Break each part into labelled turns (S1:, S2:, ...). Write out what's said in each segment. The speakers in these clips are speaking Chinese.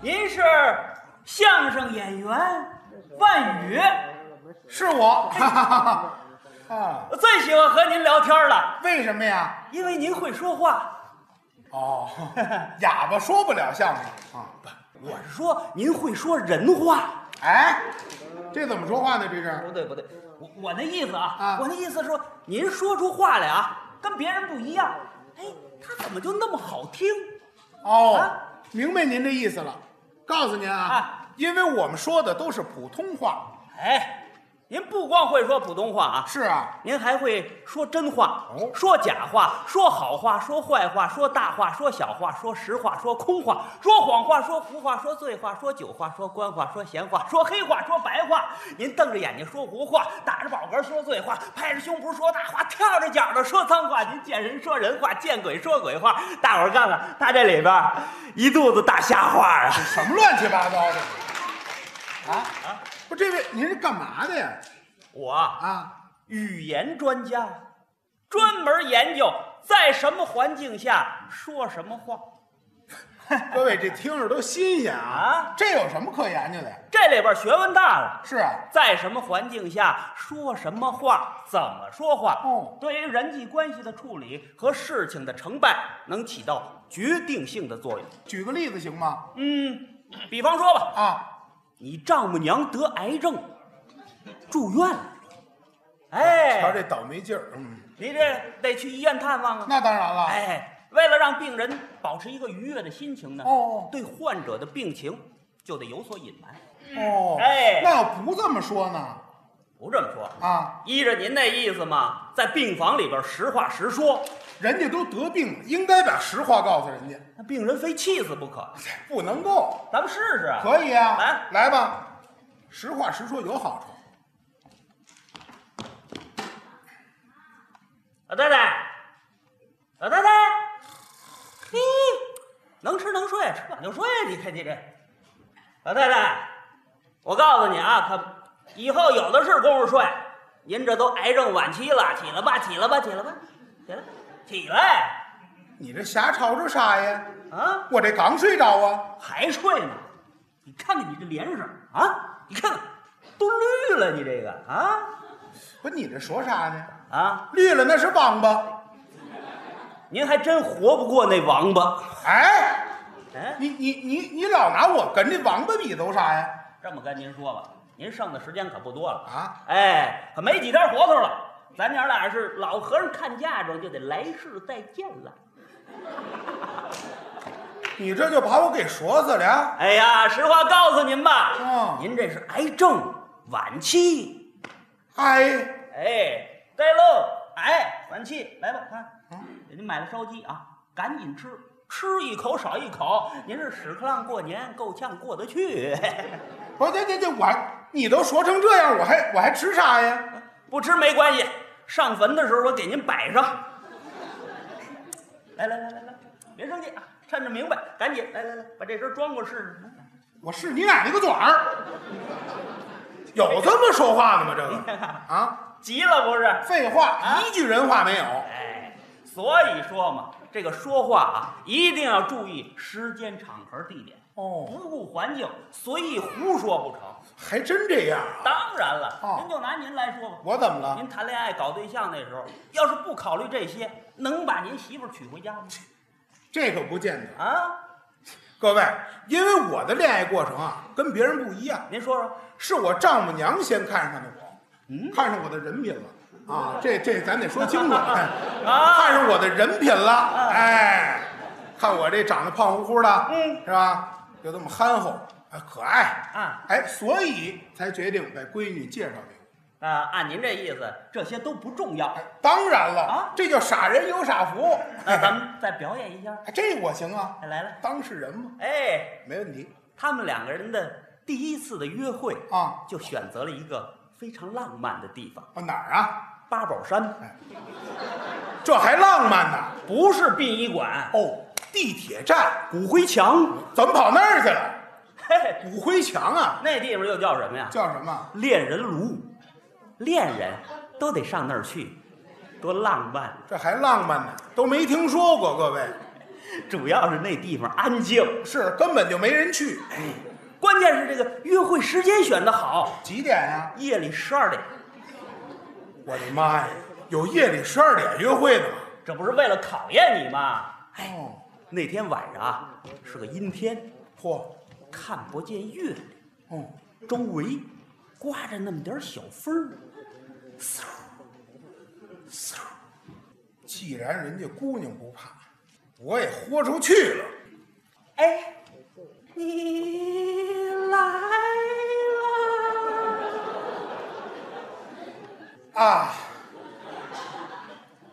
S1: 您是相声演员万宇，
S2: 是我，哈哈哈哈 啊，
S1: 我最喜欢和您聊天了，
S2: 为什么呀？
S1: 因为您会说话。
S2: 哦， 哑巴说不了相声啊。
S1: 我是说您会说人话。
S2: 哎，这怎么说话呢？这是
S1: 不对不对，我我那意思啊，
S2: 啊
S1: 我那意思说您说出话来啊，跟别人不一样。哎，他怎么就那么好听？
S2: 哦
S1: 啊，
S2: 明白您的意思了。告诉您啊
S1: 啊，
S2: 因为我们说的都是普通话。
S1: 哎，您不光会说普通话啊，
S2: 是啊，
S1: 您还会说真话
S2: 哦，
S1: 说假话，说好话，说坏话，说大话，说小话，说实话，说空话，说谎话，说胡话，说醉话，说酒话，说官话，说闲话，说黑话，说白话。您瞪着眼睛说胡话，打着饱嗝说醉话，拍着胸脯说大话，跳着脚的说脏话。您见人说人话，见鬼说鬼话。大伙儿看看他这里边儿一肚子大瞎话啊！
S2: 什么乱七八糟的？啊啊！不，这位您是干嘛的呀？
S1: 我啊
S2: 啊，
S1: 语言专家，专门研究在什么环境下说什么话。
S2: 各位这听着都新鲜啊
S1: 啊，
S2: 这有什么可研究的呀？
S1: 这里边学问大了，
S2: 是啊，
S1: 在什么环境下说什么话，怎么说话，
S2: 哦
S1: 对于人际关系的处理和事情的成败能起到决定性的作用。
S2: 举个例子行吗？
S1: 嗯，比方说吧，
S2: 啊，
S1: 你丈母娘得癌症，住院了，
S2: 瞧
S1: 哎，
S2: 这倒霉劲儿，嗯，
S1: 你这得去医院探望啊。
S2: 那当然了。
S1: 哎，为了让病人保持一个愉悦的心情呢，
S2: 哦
S1: 对患者的病情就得有所隐瞒。
S2: 哦，
S1: 哎
S2: 那要不这么说呢？
S1: 不这么说，
S2: 啊，
S1: 依着您那意思嘛，在病房里边实话实说，
S2: 人家都得病了，应该把实话告诉人家，
S1: 那病人非气死不可。
S2: 不能够。
S1: 咱们试试啊，
S2: 可以啊，
S1: 来
S2: 来吧，实话实说有好处。
S1: 老太太，老太太，嘿，能吃能睡，吃饱就睡，你看你这，老太太，我告诉你啊，可以后有的是功夫睡，您这都癌症晚期了，起来吧，起来吧，起来吧，起来，起来，
S2: 你这瞎吵吵啥呀？
S1: 啊！
S2: 我这刚睡着啊。
S1: 还睡呢？你看看你这脸色儿啊！你看看，都绿了，你这个啊
S2: 不，你这说啥呢？
S1: 啊！
S2: 绿了那是王八。
S1: 您还真活不过那王八。
S2: 哎，
S1: 哎，
S2: 你你你你老拿我跟这王八比都啥呀？
S1: 这么跟您说吧，您剩的时间可不多了
S2: 啊！
S1: 哎，可没几天活头了。咱娘俩是老和尚看嫁妆，就得来世再见了。
S2: 你这就把我给说死了啊。
S1: 哎呀，实话告诉您吧，
S2: 嗯
S1: 您这是癌症晚期。
S2: 哎，
S1: 哎，对喽，哎，晚气，来吧，啊，给您买了烧鸡啊，赶紧吃，吃一口少一口。您是屎壳郎过年，够呛过得去。
S2: 不是，这这这我还，你都说成这样，我还我还吃啥呀？
S1: 不吃没关系，上坟的时候我给您摆上。来来来来来，别生气啊，趁着明白，赶紧来来来，把这身装过试试。
S2: 我是你奶奶个嘴儿！有这么说话的吗？这个啊，
S1: 急了不是？
S2: 废话，一句人话没有。
S1: 哎，所以说嘛，这个说话啊，一定要注意时间、场合、地点，
S2: 哦，
S1: 不顾环境，随意胡说不成。
S2: 还真这样啊！
S1: 当然了，
S2: 哦
S1: 您就拿您来说吧，
S2: 我怎么了？
S1: 您谈恋爱搞对象那时候，要是不考虑这些，能把您媳妇儿娶回家吗？
S2: 这可不见得。
S1: 啊，
S2: 各位，因为我的恋爱过程啊，跟别人不一样，
S1: 您说说，
S2: 是我丈母娘先看上的我，
S1: 嗯，
S2: 看上我的人品了啊！这这咱得说 清楚，哎
S1: 啊
S2: 看上我的人品了，哎，看我这长得胖乎乎的，
S1: 嗯
S2: 是吧？又这么憨厚，啊，可爱，
S1: 啊
S2: 哎，所以才决定把闺女介绍给我。
S1: 啊，按您这意思，这些都不重要
S2: 哎，当然了，
S1: 啊
S2: 这叫傻人有傻福。
S1: 那咱们再表演一下，
S2: 哎这我行啊，
S1: 哎来了，
S2: 当事人嘛，
S1: 哎，
S2: 没问题
S1: 他们两个人的第一次的约会，
S2: 啊。
S1: 就选择了一个非常浪漫的地方
S2: 啊哪儿啊？
S1: ——八宝山，
S2: 这还浪漫呢。
S1: 不是殡仪馆，
S2: 哦，地铁站，
S1: 骨灰墙，
S2: 怎么跑那儿去了？
S1: 嘿嘿，
S2: 骨灰墙啊，
S1: 那地方又叫什么呀？
S2: 叫什么？
S1: 恋人炉，恋人都得上那儿去，多浪漫！
S2: 这还浪漫呢，都没听说过，各位。
S1: 主要是那地方安静，哎
S2: 是根本就没人去。
S1: 关键是这个约会时间选的好，
S2: 几点呀、
S1: 夜里十二点，
S2: 我的妈呀，有夜里十二点约会的吗？
S1: 这不是为了考验你吗？哎
S2: 哦，
S1: 那天晚上啊是个阴天，
S2: 嚯，
S1: 看不见月亮，
S2: 哦，
S1: 周围刮着那么点儿小风儿，
S2: 既然人家姑娘不怕，我也豁出去了。
S1: 哎，你来了，
S2: 啊，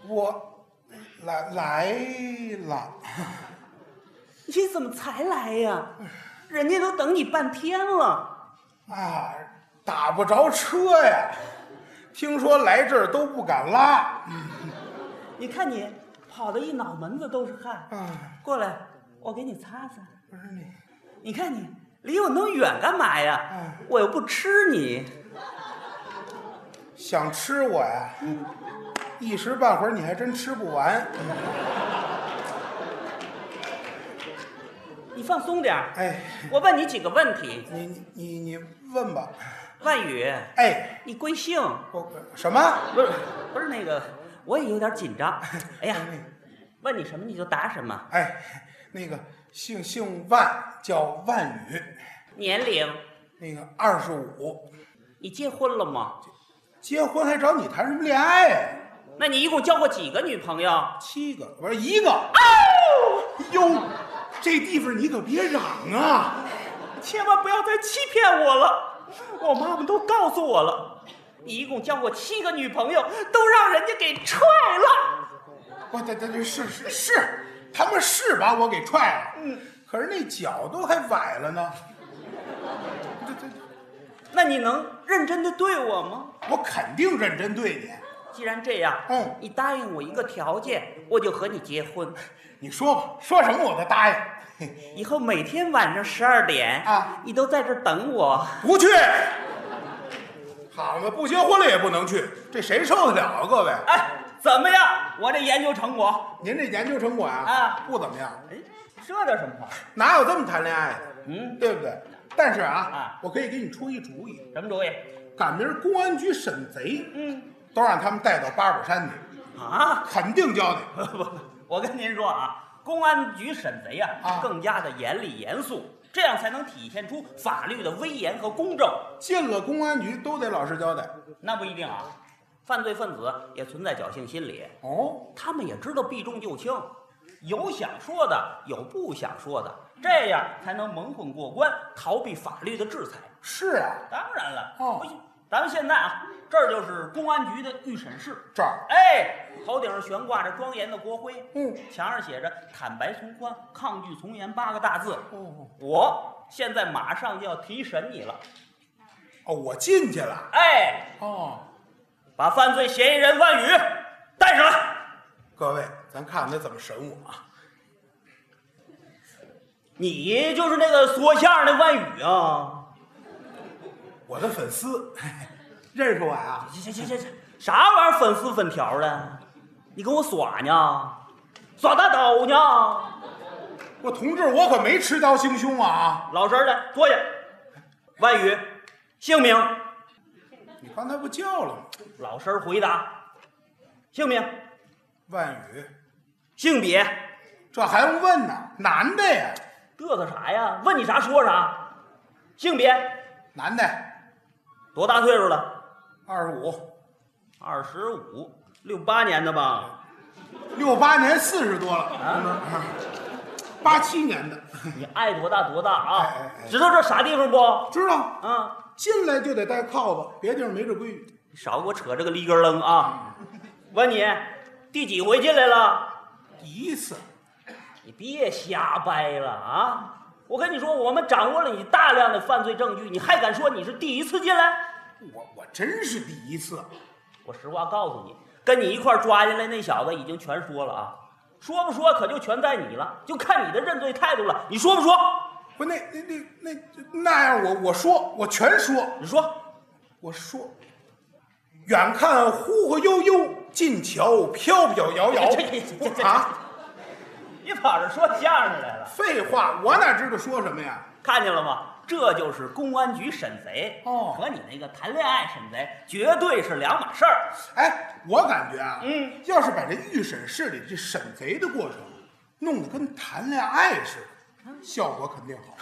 S2: 我来来了，
S1: 你怎么才来呀？人家都等你半天了。
S2: 啊，打不着车呀，听说来这儿都不敢拉，
S1: 你看你跑的一脑门子都是汗，
S2: 啊，
S1: 过来，我给你擦擦。
S2: 不是你，
S1: 你看你离我那么远干嘛呀？我又不吃你。
S2: 想吃我呀？ 一时半会儿你还真吃不完。
S1: 你放松点儿，
S2: 哎，
S1: 我问你几个问题。
S2: 你你你你问吧。
S1: 万宇，
S2: 哎，
S1: 你贵姓？
S2: 我什么？
S1: 不是，不是那个，我也有点紧张。哎呀，
S2: 哎
S1: 问你什么你就答什么。
S2: 哎，那个姓姓万，叫万宇，
S1: 年龄，
S2: 那个二十五，
S1: 你结婚了吗？
S2: 结婚还找你谈什么恋爱呀、
S1: 那你一共交过几个女朋友？
S2: 七个，不是一个。哟，这地方你可别嚷啊！
S1: 千万不要再欺骗我了，我妈妈都告诉我了，你一共交过七个女朋友，都让人家给踹了。
S2: 我这这这是是是，他们是把我给踹了。嗯，可是那脚都还崴了呢。这这，这
S1: 那你能认真的对我吗？
S2: 我肯定认真对你。
S1: 既然这样，
S2: 嗯
S1: 你答应我一个条件，我就和你结婚。
S2: 你说吧，说什么我都答应。嘿
S1: 以后每天晚上十二点
S2: 啊，
S1: 你都在这儿等我。
S2: 不去。好嘛，不结婚了也不能去，这谁受得了啊？各位，
S1: 哎，怎么样？我这研究成果？
S2: 您这研究成果呀、
S1: 啊
S2: 不怎么样，
S1: 哎，这叫什么话？
S2: 哪有这么谈恋爱的？
S1: 嗯，
S2: 对不对？但是啊，
S1: 啊
S2: 我可以给你出一主意，
S1: 什么主意？
S2: 赶明儿公安局审贼，
S1: 嗯，
S2: 都让他们带到八宝山去，
S1: 啊。
S2: 肯定交代。
S1: 不不，我跟您说啊，公安局审贼呀、
S2: 啊
S1: 更加的严厉严肃，这样才能体现出法律的威严和公正。
S2: 进了公安局都得老实交代。
S1: 那不一定啊，犯罪分子也存在侥幸心理，
S2: 哦，
S1: 他们也知道避重就轻，有想说的，有不想说的，这样才能蒙混过关，逃避法律的制裁。
S2: 是啊，
S1: 当然了，
S2: 哦
S1: 不行，咱们现在啊，这儿就是公安局的预审室。
S2: 这儿，
S1: 哎，头顶上悬挂着庄严的国徽，
S2: 嗯，
S1: 墙上写着“坦白从宽，抗拒从严”八个大字。
S2: 哦
S1: 我现在马上就要提审你了，
S2: 哦，我进去了。
S1: 哎，
S2: 哦，
S1: 把犯罪嫌疑人万宇带上来。
S2: 各位，咱看他怎么审我啊？
S1: 你就是那个说相声的万宇啊？
S2: 我的粉丝，认识我啊呀？
S1: 行行行行行，啥玩意儿粉丝粉条的？你跟我耍呢？耍大刀呢？
S2: 我同志，我可没持刀行凶啊！
S1: 老实儿的坐下。万宇，姓名？
S2: 你刚才不叫了吗？
S1: 老实儿回答。姓名、
S2: 万宇，
S1: 性别，
S2: 这还用问呢？男的呀，
S1: 嘚瑟啥呀？问你啥说啥。性别
S2: 男的，
S1: 多大岁数了？
S2: 二十五，
S1: 二十五，六八年的吧？
S2: 六八年四十多了，八七年的，
S1: 你爱多大多大啊
S2: 哎哎哎？
S1: 知道这啥地方不？
S2: 知道
S1: 啊，
S2: 进来就得戴铐子，别地儿没这规矩。
S1: 你少给我扯这个立根楞啊！问你第几回进来了？
S2: 第一次，
S1: 你别瞎掰了啊！我跟你说，我们掌握了你大量的犯罪证据，你还敢说你是第一次进来？
S2: 我我真是第一次，啊
S1: 我实话告诉你，跟你一块儿抓进来那小子已经全说了啊，说不说可就全在你了，就看你的认罪态度了。你说不说？
S2: 不那那那那那样我我说我全说
S1: 你说。
S2: 我说，远看忽忽悠悠，近瞧飘飘摇摇
S1: 这这这这这
S2: 啊！
S1: 你跑这说相声来了，
S2: 废话，我哪知道说什么呀？
S1: 看见了吗？这就是公安局审贼
S2: 哦
S1: 和你那个谈恋爱审贼绝对是两码事儿。
S2: 哎，我感觉啊，
S1: 嗯，
S2: 要是把这预审室里这审贼的过程弄得跟谈恋爱似的，效果肯定好。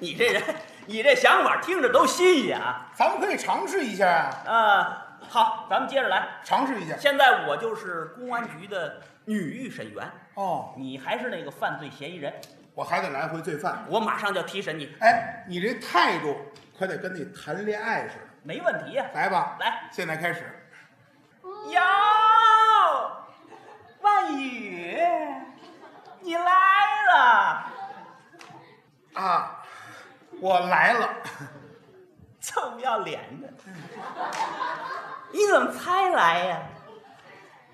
S1: 你这人，你这想法听着都新鲜啊！
S2: 咱们可以尝试一下啊，
S1: 啊，好，咱们接着来。
S2: 尝试一下。
S1: 现在我就是公安局的女预审员，
S2: 哦，
S1: 你还是那个犯罪嫌疑人，
S2: 我还得来回罪犯。
S1: 我马上就要提审你，
S2: 哎，你这态度可得跟那谈恋爱似的。
S1: 没问题呀、
S2: 来吧，
S1: 来，
S2: 现在开始。嗯
S1: 哟，万宇，你来了，
S2: 啊，我来了。
S1: 臭不要脸的，你怎么才来呀、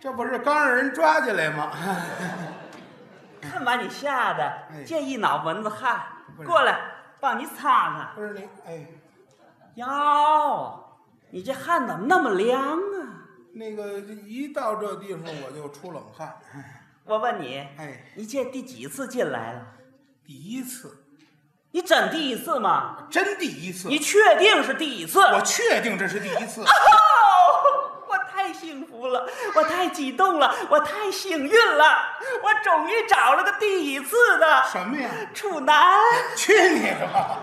S2: 这不是刚让人抓起来吗？
S1: 看把你吓的
S2: 嗯哎，
S1: 这一脑门子汗
S2: 不，是
S1: 过来帮你擦擦。
S2: 不是你，哎，
S1: 哟，你这汗怎么那么凉啊？
S2: 那个一到这地方我就出冷汗。
S1: 我问你，
S2: 哎，
S1: 你这第几次进来了？
S2: 第一次，
S1: 你真第一次吗？
S2: 真第一次，
S1: 你确定是第一次？
S2: 我确定这是第一次。
S1: 哦， 我太幸福了，我太激动了，我太幸运了，我终于找了个第一次的
S2: 什么呀？
S1: 处男。
S2: 去你的吧！